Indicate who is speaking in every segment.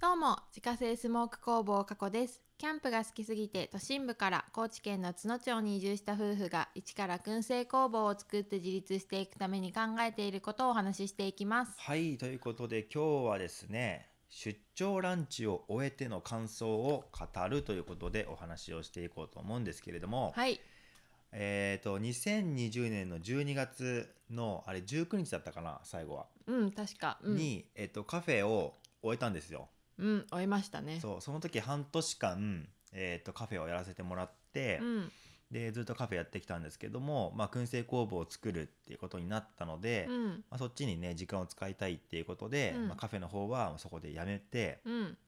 Speaker 1: どうも自家製スモーク工房加古ですキャンプが好きすぎて都心部から高知県の津野町に移住した夫婦が一から燻製工房を作って自立していくために考えていることをお話ししていきます
Speaker 2: はい、ということで今日はですね、出張ランチを終えての感想を語るということでお話をしていこうと思うんですけれども、
Speaker 1: はい
Speaker 2: えっ、と、2020年の12月の、あれ19日だったかな、最後は。
Speaker 1: うん確かうん、
Speaker 2: に、えっ、と、カフェを終えたんですよ。
Speaker 1: うん、終えましたね
Speaker 2: そう、その時半年間、えっ、と、カフェをやらせてもらって、
Speaker 1: うん
Speaker 2: で、ずっとカフェやってきたんですけども、まあ、燻製工房を作るっていうことになったので、
Speaker 1: うん
Speaker 2: まあ、そっちにね時間を使いたいっていうことで、
Speaker 1: うん
Speaker 2: まあ、カフェの方はそこでやめて
Speaker 1: うん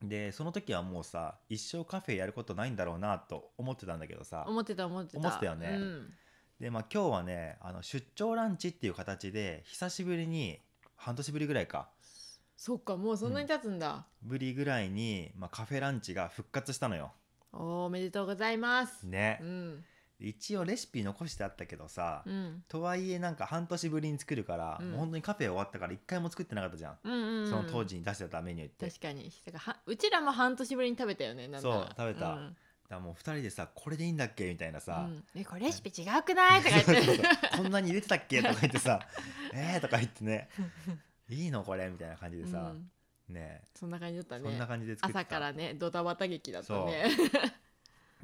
Speaker 2: でその時はもうさ一生カフェやることないんだろうなと思ってたんだけどさ
Speaker 1: 思ってた思ってた
Speaker 2: 思ってたよね
Speaker 1: うん、
Speaker 2: で、まあ、今日はねあの出張ランチっていう形で久しぶりに半年ぶりぐらいか
Speaker 1: そっかもうそんなに経つんだ、
Speaker 2: ぶりぐらいに、まあ、カフェランチが復活したのよ。
Speaker 1: おーおめでとうございます、
Speaker 2: ね
Speaker 1: う、ん
Speaker 2: 一応レシピ残してあったけどさ、
Speaker 1: うん
Speaker 2: とはいえなんか半年ぶりに作るから、
Speaker 1: うん
Speaker 2: もう本当にカフェ終わったから一回も作ってなかったじゃん、
Speaker 1: うんうんうん
Speaker 2: その当時に出してたメニューって
Speaker 1: 確かにだからはうちらも半年ぶりに食べたよねなんなら
Speaker 2: そう食べた
Speaker 1: うん
Speaker 2: だからもう2人でさこれでいいんだっけみたいなさ、
Speaker 1: うんえこれレシピ違うくないとか言っ
Speaker 2: そうそ
Speaker 1: て
Speaker 2: う こんなに入れてたっけとか言ってさ 「えー」とか言ってね「いいのこれ」みたいな感じでさ、
Speaker 1: うん
Speaker 2: ね
Speaker 1: そんな感じだった
Speaker 2: そんな
Speaker 1: ね
Speaker 2: 感じで作ってた
Speaker 1: 朝からねドタバタ劇だったね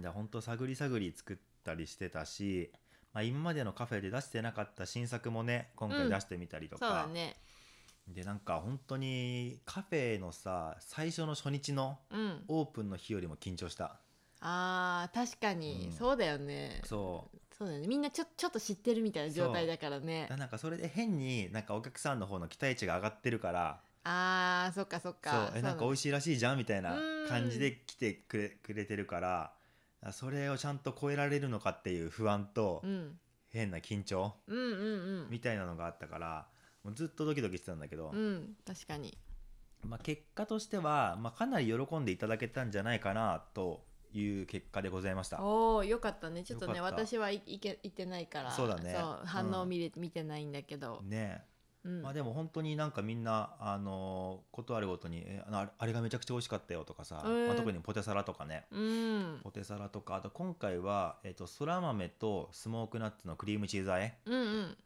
Speaker 2: だ本当探り探り作ったりしてたし、まあ、今までのカフェで出してなかった新作もね今
Speaker 1: う
Speaker 2: 回
Speaker 1: ん
Speaker 2: 出してみたりと
Speaker 1: そう
Speaker 2: か、
Speaker 1: だね
Speaker 2: でなんか本当にカフェのさ最初の初日の
Speaker 1: うん
Speaker 2: オープンの日よりも緊張した
Speaker 1: あー確かに、
Speaker 2: うん
Speaker 1: そうだよね
Speaker 2: そう
Speaker 1: そうだよねみんなちょちょっと知ってるみたいな状態だからね
Speaker 2: だからなんかそれで変になんかお客さんの方の期待値が上がってるから
Speaker 1: あーそっかそっ
Speaker 2: そう
Speaker 1: か
Speaker 2: えなんか美味しいらしいじゃんみたいな感じで来てくれくれてるからあそれをちゃんと超えられるのかっていう不安と
Speaker 1: うん
Speaker 2: 変な緊張
Speaker 1: うんうん
Speaker 2: みたいなのがあったからもうずっとドキドキしてたんだけど、
Speaker 1: うんうん確かに
Speaker 2: まあ、結果としては、まあ、かなり喜んでいただけたんじゃないかなという結果でございました。
Speaker 1: おおよかったねちょっとね
Speaker 2: よかった
Speaker 1: 私はいいけ行ってないから
Speaker 2: そうだね
Speaker 1: 反応
Speaker 2: うん
Speaker 1: 見れ、見てないんだけど、
Speaker 2: ね
Speaker 1: うん
Speaker 2: まあ、でも本当になんかみんな、あのーことあるごとに「えあのあれあれがめちゃくちゃ美味しかったよ」とかさ、
Speaker 1: うん
Speaker 2: まあ、特にポテサラとかね
Speaker 1: うん
Speaker 2: ポテサラとかあと今回は、えっとそら豆とスモークナッツのクリームチーズ和え
Speaker 1: うんうん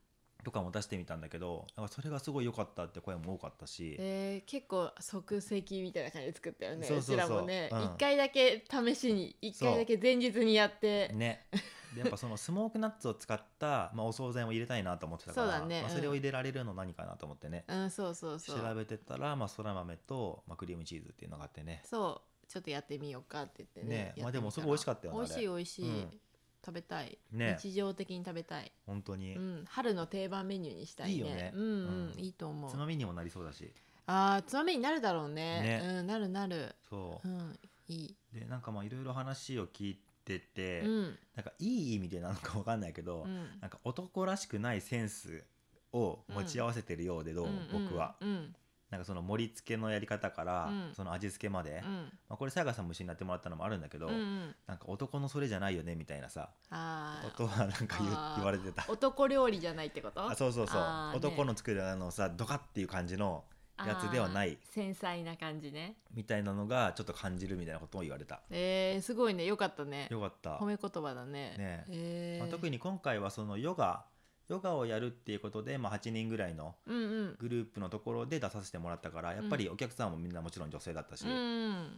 Speaker 2: とかも出してみたんだけどなんかそれがすごい良かったって声も多かったし、
Speaker 1: えー、結構即席みたいな感じで作ったよね
Speaker 2: そううそうそう
Speaker 1: ちらもね、一
Speaker 2: うん
Speaker 1: 回だけ試しに一回だけ前日にやって、
Speaker 2: ねでやっぱその スモークナッツを使った、まあ、お惣菜も入れたいなと思ってたから
Speaker 1: そうだね
Speaker 2: まあ、
Speaker 1: うん
Speaker 2: それを入れられるの何かなと思ってね、
Speaker 1: うんそうそうそ
Speaker 2: 調
Speaker 1: う
Speaker 2: べてたら、まあ、そら豆と、まあ、クリームチーズっていうのがあってね
Speaker 1: そうちょっとやってみようかって言ってね
Speaker 2: ね
Speaker 1: やってみたら
Speaker 2: まあでもすごい美味しかったよねあ
Speaker 1: 美
Speaker 2: れ
Speaker 1: 味しい美味しい、
Speaker 2: うん
Speaker 1: 食べたい、
Speaker 2: ね
Speaker 1: 日常的に食べたい、
Speaker 2: 本当に、
Speaker 1: うん、春の定番メニューにしたいね
Speaker 2: いいよね
Speaker 1: うんうん、
Speaker 2: うん
Speaker 1: いいと思う
Speaker 2: つまみにもなりそうだし
Speaker 1: あーつまみになるだろうね
Speaker 2: ね
Speaker 1: うんなるなる
Speaker 2: そう
Speaker 1: う、んいい
Speaker 2: でなんかまあいろいろ話を聞いてて、
Speaker 1: うん
Speaker 2: なんかいい意味でなのかわかんないけど、
Speaker 1: うん
Speaker 2: なんか男らしくないセンスを持ち合わせてるようでどう、
Speaker 1: うん
Speaker 2: 僕は、
Speaker 1: うん
Speaker 2: なんかその盛り付けのやり方から、
Speaker 1: うん
Speaker 2: その味付けまで、
Speaker 1: う
Speaker 2: ま
Speaker 1: ん
Speaker 2: あ、これさやかさんも一緒になってもらったのもあるんだけど、
Speaker 1: うんうん
Speaker 2: なんか男のそれじゃないよねみたいなさ
Speaker 1: あー
Speaker 2: ことはなんか言う
Speaker 1: あー
Speaker 2: 言われてた
Speaker 1: 男料理じゃないってこと
Speaker 2: あそうそうそう
Speaker 1: あーね
Speaker 2: 男の作るあのさドカっていう感じのやつではない
Speaker 1: あー繊細な感じね
Speaker 2: みたいなのがちょっと感じるみたいなことを言われた
Speaker 1: えー、すごいねよかったね
Speaker 2: よかった、
Speaker 1: 褒め言葉だね
Speaker 2: ね
Speaker 1: えー
Speaker 2: まあ、特に今回はそのヨガヨガをやるっていうことで、まあ、8人ぐらいの
Speaker 1: うんうん
Speaker 2: グループのところで出させてもらったからやっぱりお客さんもみんなもちろん女性だったし、
Speaker 1: うんうん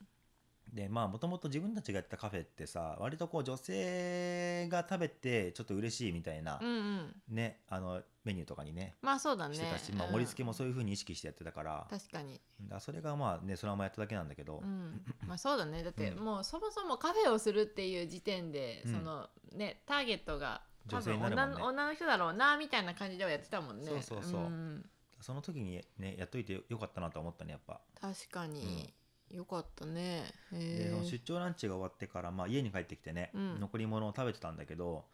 Speaker 2: でまあもともと自分たちがやったカフェってさ割とこう女性が食べてちょっと嬉しいみたいな、
Speaker 1: うんうん
Speaker 2: ねあのメニューとかにね
Speaker 1: まあそうだね
Speaker 2: してたし、まあ、盛り付けも
Speaker 1: う
Speaker 2: そういう風に意識してやってたから,、
Speaker 1: ん確かに
Speaker 2: それがまあねそのままやっただけなんだけど、
Speaker 1: うん、まあそうだねだって
Speaker 2: うん
Speaker 1: もうそもそもカフェをするっていう時点で、
Speaker 2: うん
Speaker 1: そのねターゲットが多
Speaker 2: 女性
Speaker 1: 分
Speaker 2: にな
Speaker 1: 女
Speaker 2: るもんね
Speaker 1: の女の人だろうなみたいな感じではやってたもんね
Speaker 2: そうそうそうんその時にねやっといてよかったなと思ったねやっぱ、
Speaker 1: 確かに、よかったねへ
Speaker 2: で
Speaker 1: え
Speaker 2: その出張ランチが終わってから、まあ、家に帰ってきてね、
Speaker 1: うん
Speaker 2: 残り物を食べてたんだけど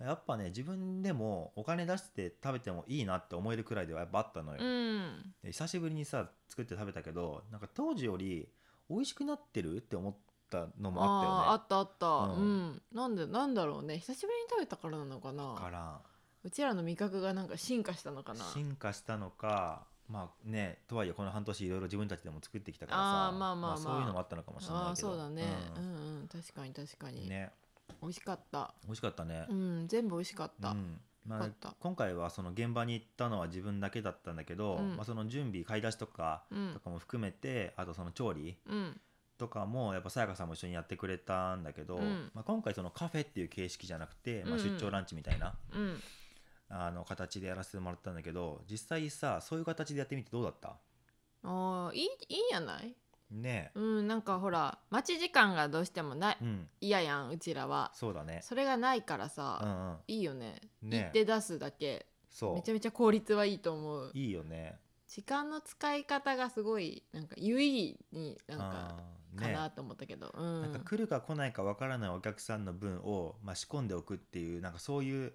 Speaker 2: やっぱね自分でもお金出して食べてもいいなって思えるくらいではやっぱあったのよ、
Speaker 1: うん
Speaker 2: で久しぶりにさ作って食べたけどなんか当時より美味しくなってるって思ったのも
Speaker 1: あー
Speaker 2: あ
Speaker 1: あ
Speaker 2: っ
Speaker 1: ったあった、う
Speaker 2: うん
Speaker 1: んなんでなんだろうね久しぶりに食べたからなのかな
Speaker 2: たよねから
Speaker 1: うちらの味覚がなんか進化したのかな
Speaker 2: 進化したのかまあねとはいえこの半年いろいろ自分たちでも作ってきたからさ
Speaker 1: あーまあまあまあ
Speaker 2: そういうのもあったのかもし
Speaker 1: あ
Speaker 2: れな
Speaker 1: あ
Speaker 2: いけど
Speaker 1: そうだね、う
Speaker 2: うん
Speaker 1: ん、うん確かに確かに、
Speaker 2: ね
Speaker 1: 美味しかった
Speaker 2: 美味しかったね
Speaker 1: うん全部美味しかった、
Speaker 2: うんま
Speaker 1: よ
Speaker 2: あ
Speaker 1: かった、
Speaker 2: 今回はその現場に行ったのは自分だけだったんだけど、
Speaker 1: うん
Speaker 2: まあ、その準備買い出しとか
Speaker 1: うん
Speaker 2: とかも含めて、あとその調理
Speaker 1: うん
Speaker 2: とかもやっぱさやかさんも一緒にやってくれたんだけど、
Speaker 1: うん
Speaker 2: まあ、今回そのカフェっていう形式じゃなくて、まあ、
Speaker 1: うんう
Speaker 2: 出
Speaker 1: ん
Speaker 2: 張ランチみたいな、
Speaker 1: うん
Speaker 2: あの形でやらせてもらったんだけど実際さそういう形でやってみてどうだった
Speaker 1: あーいいいいんやない
Speaker 2: ねえ
Speaker 1: うんなんかほら待ち時間がどうしてもない
Speaker 2: うん
Speaker 1: 嫌やんうちらは
Speaker 2: そうだね
Speaker 1: それがないから
Speaker 2: う
Speaker 1: さ、
Speaker 2: んうん
Speaker 1: いいよね行
Speaker 2: ね
Speaker 1: って出すだけ
Speaker 2: そ
Speaker 1: めちゃ
Speaker 2: う
Speaker 1: めちゃ効率はいいと思う
Speaker 2: いいよね
Speaker 1: 時間の使い方がすごいなんか有意義になんか
Speaker 2: あー
Speaker 1: か
Speaker 2: ね
Speaker 1: なと思ったけど、う
Speaker 2: なんか
Speaker 1: ん
Speaker 2: 来るか来ないかわからないお客さんの分を、まあ、仕込んでおくっていうなんかそういう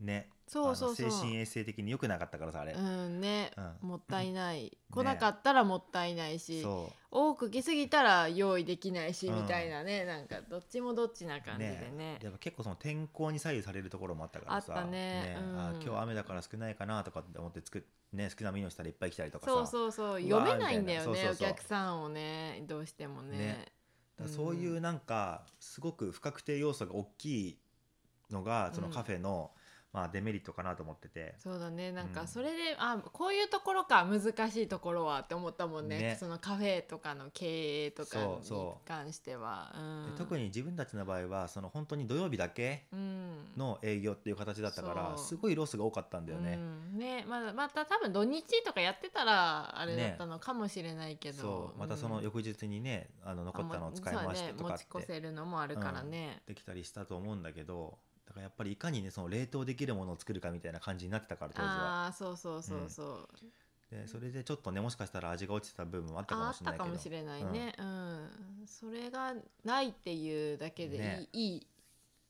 Speaker 2: ね
Speaker 1: そうそうそ
Speaker 2: あ
Speaker 1: う
Speaker 2: の精神衛生的に良くなかったからさあれ、
Speaker 1: うんね、
Speaker 2: うん
Speaker 1: もったいない、来なかったらもったいないし
Speaker 2: そ
Speaker 1: 多く来すぎたら用意できないし、
Speaker 2: うん
Speaker 1: みたいなねなんかどっちもどっちな感じでね
Speaker 2: うやっぱ結構その天候に左右されるところもあったからさ
Speaker 1: あったねうん
Speaker 2: あ今日雨だから少ないかなとかって思って作っね少なめのしたらいっぱい来たりとかさ
Speaker 1: そうそうそう
Speaker 2: うわ
Speaker 1: 読
Speaker 2: ー
Speaker 1: めないんだよね
Speaker 2: みたいなそうそうそう
Speaker 1: お客さんをねどうしてもね
Speaker 2: ねだからそういうなんかすごく不確定要素が大きいのがそのカフェの、まあ、デメリットかなと思ってて
Speaker 1: そうだねなん
Speaker 2: う
Speaker 1: か
Speaker 2: ん
Speaker 1: それで、あこういうところか難しいところはって思ったもんね
Speaker 2: ね
Speaker 1: そのカフェとかの経営とか
Speaker 2: そう
Speaker 1: に
Speaker 2: そう
Speaker 1: 関しては
Speaker 2: で
Speaker 1: うん、
Speaker 2: 特に自分たちの場合はその本当に土曜日だけ
Speaker 1: うん
Speaker 2: の営業っていう形だったから
Speaker 1: そう
Speaker 2: すごいロスが多かったんだよね。
Speaker 1: うんねまだまた多分土日とかやってたらあれだったのかもしれないけど、
Speaker 2: そうまたその翌日にね、あの残ったのを使いましてとか
Speaker 1: あま
Speaker 2: っ
Speaker 1: そうだね持ち越
Speaker 2: て
Speaker 1: せるのもあるからね、
Speaker 2: できたりしたと思うんだけどだからやっぱりいかにねその冷凍できるものを作るかみたいな感じになってたから当時は
Speaker 1: ああそうそうそうそう、
Speaker 2: でそれでちょっとねもしかしたら味が落ちてた部分もあったか
Speaker 1: ああ
Speaker 2: も
Speaker 1: っ
Speaker 2: しれ
Speaker 1: た
Speaker 2: ないけ
Speaker 1: か
Speaker 2: ど
Speaker 1: もしれないね、うんそれがないっていうだけでいい,、
Speaker 2: ね
Speaker 1: いい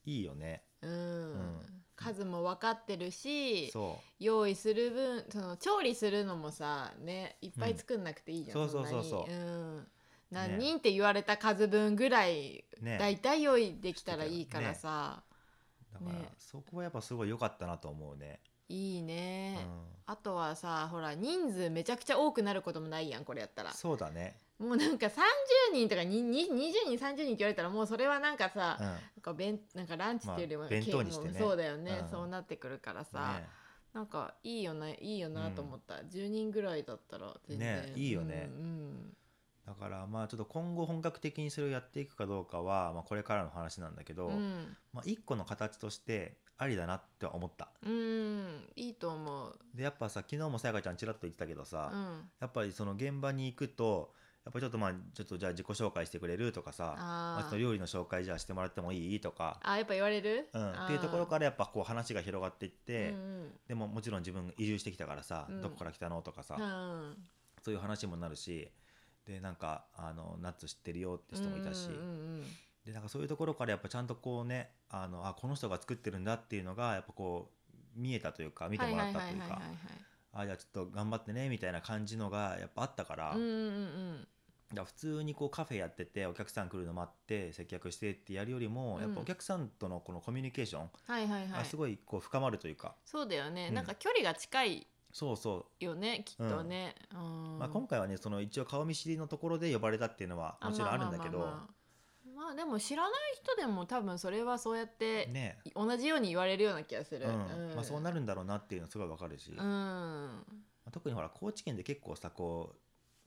Speaker 2: いいよね
Speaker 1: うん
Speaker 2: ん
Speaker 1: 数も分かってるし
Speaker 2: そ
Speaker 1: 用意する分その調理するのもさねいっぱい作んなくていいじゃん、
Speaker 2: うんそうそうそうそうん
Speaker 1: なにん何人って言われた数分ぐらい、
Speaker 2: うね
Speaker 1: だいたい用意できたらいいからさ、
Speaker 2: だから
Speaker 1: ね
Speaker 2: そこはやっぱすごい良かったなと思うね、
Speaker 1: いいね、
Speaker 2: う
Speaker 1: あとはさほら人数めちゃくちゃ多くなることもないやんこれやったら
Speaker 2: ん、そうだね、
Speaker 1: もうなんか30人とかにに20人30人って言われたらもうそれはなんかさ、
Speaker 2: うん
Speaker 1: なんか弁なんかランチっていうよりも、
Speaker 2: まあ弁当にしてね
Speaker 1: もうそうだよね、
Speaker 2: うん
Speaker 1: そうなってくるからさ、
Speaker 2: ね、
Speaker 1: なんかいいよねいいよなと思った、10人ぐらいだったら全然、
Speaker 2: ねいいよね
Speaker 1: うんうん
Speaker 2: だからまあちょっと今後本格的にそれをやっていくかどうかは、まあ、これからの話なんだけど、
Speaker 1: うん
Speaker 2: まあ、一個の形としてありだなって思った
Speaker 1: うんいいと思う、
Speaker 2: でやっぱさ昨日もさやかちゃんちらっと言ってたけど
Speaker 1: う
Speaker 2: さ、
Speaker 1: ん、
Speaker 2: やっぱりその現場に行くとやっぱりちょっとまあちょっとじゃあ自己紹介してくれるとかさまあ
Speaker 1: あ
Speaker 2: ちょっと
Speaker 1: ー
Speaker 2: 料理の紹介じゃあしてもらってもいいとか、
Speaker 1: あやっぱ言われる、
Speaker 2: うん、っていうところからやっぱこう話が広がっていっ
Speaker 1: ら
Speaker 2: て、
Speaker 1: うんうん
Speaker 2: でももちろん自分移住してきたからさ、
Speaker 1: うん
Speaker 2: どこから来たのとかさ、
Speaker 1: うん
Speaker 2: そういう話もなるしでなんかあのナッツ知ってるよって人もいたし、
Speaker 1: うんうん
Speaker 2: でなんかそういうところからやっぱちゃんとこうねあのあこの人が作ってるんだっていうのがやっぱこう見えたというか見てもらったという
Speaker 1: はいはいはいはいは
Speaker 2: か
Speaker 1: いはい
Speaker 2: あじゃあちょっと頑張ってねみたいな感じのがやっぱあったから,、
Speaker 1: うん
Speaker 2: だか
Speaker 1: うんうん
Speaker 2: ら普通にこうカフェやっててお客さん来るの待って接客してってやるよりも、
Speaker 1: うん
Speaker 2: やっぱお客さんとのこのコミュニケーション
Speaker 1: はいはいは
Speaker 2: が
Speaker 1: い
Speaker 2: すごいこう深まるというか、
Speaker 1: そうだよね、
Speaker 2: うん
Speaker 1: なんか距離が近い
Speaker 2: そうそう
Speaker 1: よねきっとね、うん
Speaker 2: まあ、今回はねその一応顔見知りのところで呼ばれたっていうのはもちろんあるんだけど、
Speaker 1: まあまあまあまあまあでも知らない人でも多分それはそうやって、
Speaker 2: ね
Speaker 1: 同じように言われるような気がす
Speaker 2: う
Speaker 1: る、
Speaker 2: んまあ、そうな
Speaker 1: る
Speaker 2: るんだろうなっていうのすごいわかるし、
Speaker 1: う
Speaker 2: ま
Speaker 1: ん
Speaker 2: あ特にほら高知県で結構さこ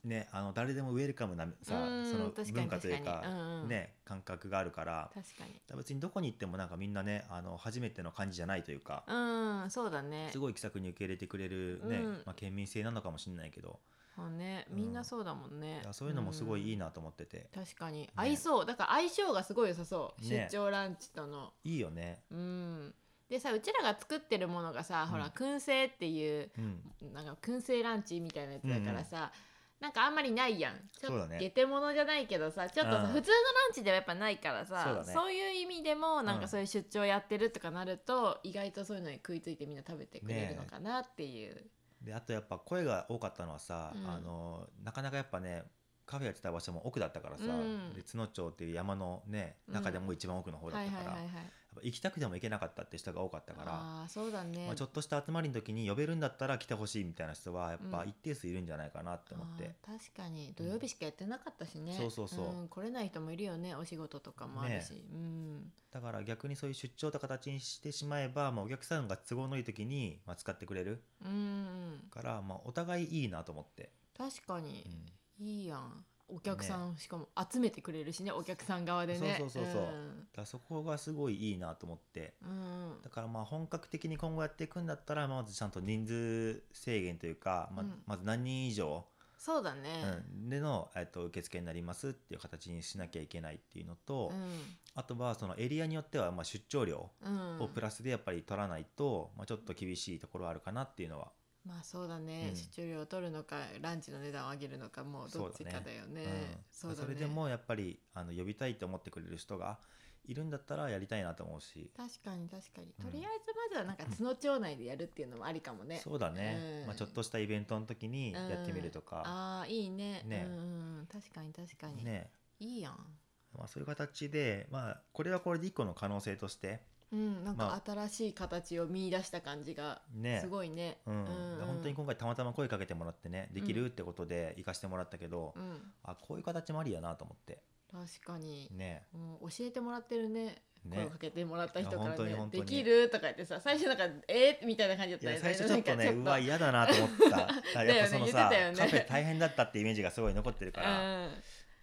Speaker 2: うねあの誰でもウェルカムなさ、
Speaker 1: うん
Speaker 2: その
Speaker 1: 確かに
Speaker 2: 文化という
Speaker 1: 確
Speaker 2: か
Speaker 1: かにうんうん
Speaker 2: ね感覚があるから
Speaker 1: 確かに
Speaker 2: 別にどこに行ってもなんかみんなねあの初めての感じじゃないというか、
Speaker 1: うんそうだね
Speaker 2: すごい気さくに受け入れてくれる、ね
Speaker 1: うん
Speaker 2: まあ、県民性なのかもしれないけど
Speaker 1: そうね
Speaker 2: うん
Speaker 1: みんなそうだもんね
Speaker 2: い、やそういうのもすごいいい
Speaker 1: な、
Speaker 2: なと思ってて、
Speaker 1: 確かに合いそうだから相性がすごい良さそう、
Speaker 2: ね
Speaker 1: 出張ランチとの
Speaker 2: いいよね。
Speaker 1: うんでさうちらが作ってるものがさ、ほら燻製っていう
Speaker 2: うん、
Speaker 1: なんか燻製ランチみたいなやつだからさ、なんかあんまりないやんちょ
Speaker 2: そう
Speaker 1: っ
Speaker 2: だ
Speaker 1: と、
Speaker 2: ね
Speaker 1: 下手物じゃないけどさちょっとさ、
Speaker 2: うん
Speaker 1: 普通のランチではやっぱないからさ
Speaker 2: そうだね
Speaker 1: いう意味でもなん
Speaker 2: う
Speaker 1: か
Speaker 2: ん
Speaker 1: そういう出張やってるとかなると、意外とそういうのに食いついてみんな食べてくれるのかなっていう、
Speaker 2: であとやっぱ声が多かったのはさ、
Speaker 1: うん
Speaker 2: あのなかなかやっぱねカフェやってた場所も奥だったからさ、
Speaker 1: うん
Speaker 2: で津野町っていう山のね中でも一番奥の方だ
Speaker 1: は
Speaker 2: っ
Speaker 1: い
Speaker 2: た
Speaker 1: は
Speaker 2: か
Speaker 1: い
Speaker 2: ら、
Speaker 1: はいはい
Speaker 2: やっぱ行きたくても行けなかったって人が多かったから、
Speaker 1: ああそうだね、
Speaker 2: まあ、ちょっとした集まりの時に呼べるんだったら来てほしいみたいな人はやっぱ
Speaker 1: うん
Speaker 2: 一定数いるんじゃないかなって思って、
Speaker 1: あー確かに土曜日しかやってなかったしね、
Speaker 2: そうそうそうん
Speaker 1: 来れない人もいるよねお仕事とかもあるし、うん
Speaker 2: だから逆にそういう出張と形にしてしまえば、まあ、お客さんが都合のいい時に、まあ、使ってくれる
Speaker 1: うんうん
Speaker 2: から、まあ、お互いいいなと思って、
Speaker 1: 確かに
Speaker 2: う、ん
Speaker 1: いいやんお客さん、しかも集めてくれるしねお客さん側でね
Speaker 2: そうそうそうそうだからそこがすごいいいなと思って
Speaker 1: うん、うん
Speaker 2: だからまあ本格的に今後やっていくんだったらまずちゃんと人数制限というか、まあ
Speaker 1: うん
Speaker 2: まず何人以上、
Speaker 1: そうだ
Speaker 2: う
Speaker 1: ね
Speaker 2: んでの、えっと、受付になりますっていう形にしなきゃいけないっていうのと、
Speaker 1: う
Speaker 2: あとはそのエリアによってはまあ出張料
Speaker 1: ん、う
Speaker 2: を
Speaker 1: ん
Speaker 2: プラスでやっぱり取らないと、まあ、ちょっと厳しいところはあるかなっていうのは、
Speaker 1: まあそうだね、
Speaker 2: うん
Speaker 1: 出張料を取るのかランチの値段を上げるのかもうどっちかだよね
Speaker 2: うん
Speaker 1: そうだね,、
Speaker 2: れでもやっぱりあの呼びたいと思ってくれる人がいるんだったらやりたいなと思うし、
Speaker 1: 確かに確かに、
Speaker 2: うん
Speaker 1: とりあえずまずはなんか角町内でやるっていうのもありかもね
Speaker 2: そうだね、
Speaker 1: うん
Speaker 2: まあ、ちょっとしたイベントの時にやってみるとか、
Speaker 1: ああいいね
Speaker 2: ね
Speaker 1: うんうん、確かに確かに、
Speaker 2: ね
Speaker 1: いいやん
Speaker 2: まあ、そういう形で、まあ、これはこれで一個の可能性として
Speaker 1: うんなん
Speaker 2: ま
Speaker 1: か
Speaker 2: あ
Speaker 1: 新しい形を見出した感じが
Speaker 2: ね
Speaker 1: すごいね
Speaker 2: うん本当に今回たまたま声かけてもらってねできるってことで行かしてもらったけど、
Speaker 1: うん
Speaker 2: あこういう形もありやなと思って
Speaker 1: 確かに、
Speaker 2: ね
Speaker 1: もう教えてもらってるね声
Speaker 2: ね
Speaker 1: をかけてもらった人から
Speaker 2: いや本当に
Speaker 1: ね
Speaker 2: 本当
Speaker 1: で
Speaker 2: に
Speaker 1: きるとか言ってさ最初なんかえーみたいな感じだっ
Speaker 2: い
Speaker 1: たよ
Speaker 2: や
Speaker 1: ね
Speaker 2: 最初ちょっとね
Speaker 1: なんか
Speaker 2: うわ嫌だなと思っ ただからやっぱそのさ、
Speaker 1: だよね言
Speaker 2: カ
Speaker 1: ってたよ
Speaker 2: フ
Speaker 1: ね
Speaker 2: ェ大変だったってイメージがすごい残ってるから、
Speaker 1: うん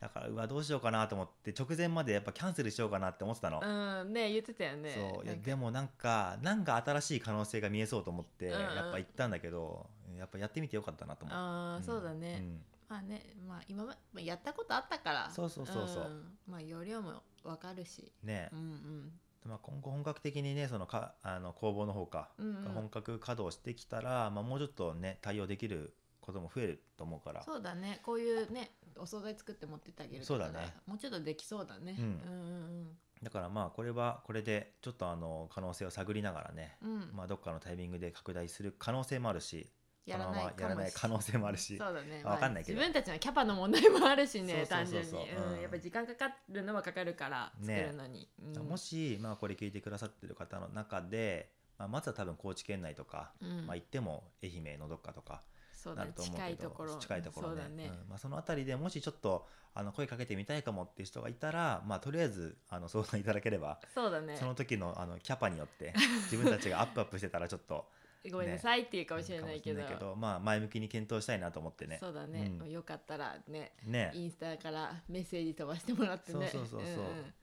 Speaker 2: だからうわどうしようかなと思って直前までやっぱキャンセルしようかなって思ってたの、
Speaker 1: うんね言ってたよね
Speaker 2: そうい
Speaker 1: な
Speaker 2: や
Speaker 1: んか
Speaker 2: でもなんかなんか新しい可能性が見えそうと思って、
Speaker 1: うんうん
Speaker 2: やっぱ行ったんだけどやっぱやってみてよかったなと思って、
Speaker 1: ああ、
Speaker 2: ん
Speaker 1: そうだね、
Speaker 2: うん
Speaker 1: まあねまあ今ままあやったことあったから
Speaker 2: そうそうそうそうん
Speaker 1: まあ容量もわかるし
Speaker 2: ね
Speaker 1: う、ん
Speaker 2: まあ、今後本格的にねそのかあの工房の方か、
Speaker 1: うんうんうん
Speaker 2: 本格稼働してきたら、まあ、もうちょっとね対応できることも増えると思うから
Speaker 1: そうだねこういうねお惣菜作って持ってってあげるとか
Speaker 2: そうだね
Speaker 1: もうちょっとできそうだね、
Speaker 2: うん
Speaker 1: うんうん
Speaker 2: だからまあこれはこれでちょっとあの可能性を探りながらね、
Speaker 1: うんうん
Speaker 2: まあ、どっかのタイミングで拡大する可能性もあるし
Speaker 1: やらない
Speaker 2: そのままやらない可能性もあるし
Speaker 1: そうだね
Speaker 2: まあわかんないけど
Speaker 1: 自分たちのキャパの問題もあるしね
Speaker 2: そうそう
Speaker 1: 単
Speaker 2: そう
Speaker 1: 純
Speaker 2: そう
Speaker 1: に、うん
Speaker 2: うん
Speaker 1: やっぱ時間かかるのはかかるから作
Speaker 2: ね
Speaker 1: るのに、うん
Speaker 2: もし、まあ、これ聞いてくださってる方の中で、まあ、まずは多分高知県内とか、
Speaker 1: うん
Speaker 2: まあ、行っても愛媛のどっかとか
Speaker 1: そうだ
Speaker 2: な
Speaker 1: ね
Speaker 2: ると思うけ
Speaker 1: 近
Speaker 2: ど
Speaker 1: いところ
Speaker 2: 近いところ
Speaker 1: そう
Speaker 2: ね
Speaker 1: だね、
Speaker 2: うんまあ、その辺りでもしちょっとあの声かけてみたいかもっていう人がいたら、まあ、とりあえずあの相談いただければ、
Speaker 1: そうだね
Speaker 2: その時のあのキャパによって自分たちがアップアップしてたらちょっと
Speaker 1: ごめんなさいって いうかもしれないけど,、
Speaker 2: かもしれまあ、前向きに検討したいなと思ってね。
Speaker 1: そうだね、
Speaker 2: うん
Speaker 1: よかったらね
Speaker 2: ね
Speaker 1: インスタからメッセージ飛ばしてもらってね
Speaker 2: そうそうそうそうん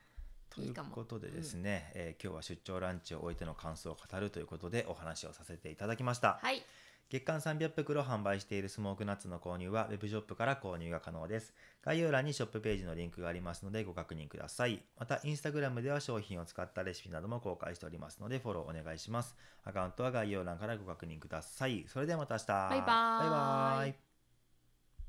Speaker 2: と
Speaker 1: ん
Speaker 2: い
Speaker 1: いういかも
Speaker 2: ことでですね、えー今日は出張ランチを終えての感想を語るということでお話をさせていただきました、
Speaker 1: はい
Speaker 2: 月間300袋販売しているスモークナッツの購入はウェブショップから購入が可能です概要欄にショップページのリンクがありますのでご確認くださいまたインスタグラムでは商品を使ったレシピなども公開しておりますのでフォローお願いしますアカウントは概要欄からご確認くださいそれではまた明日バ
Speaker 1: バイバーイ
Speaker 2: バイバーイ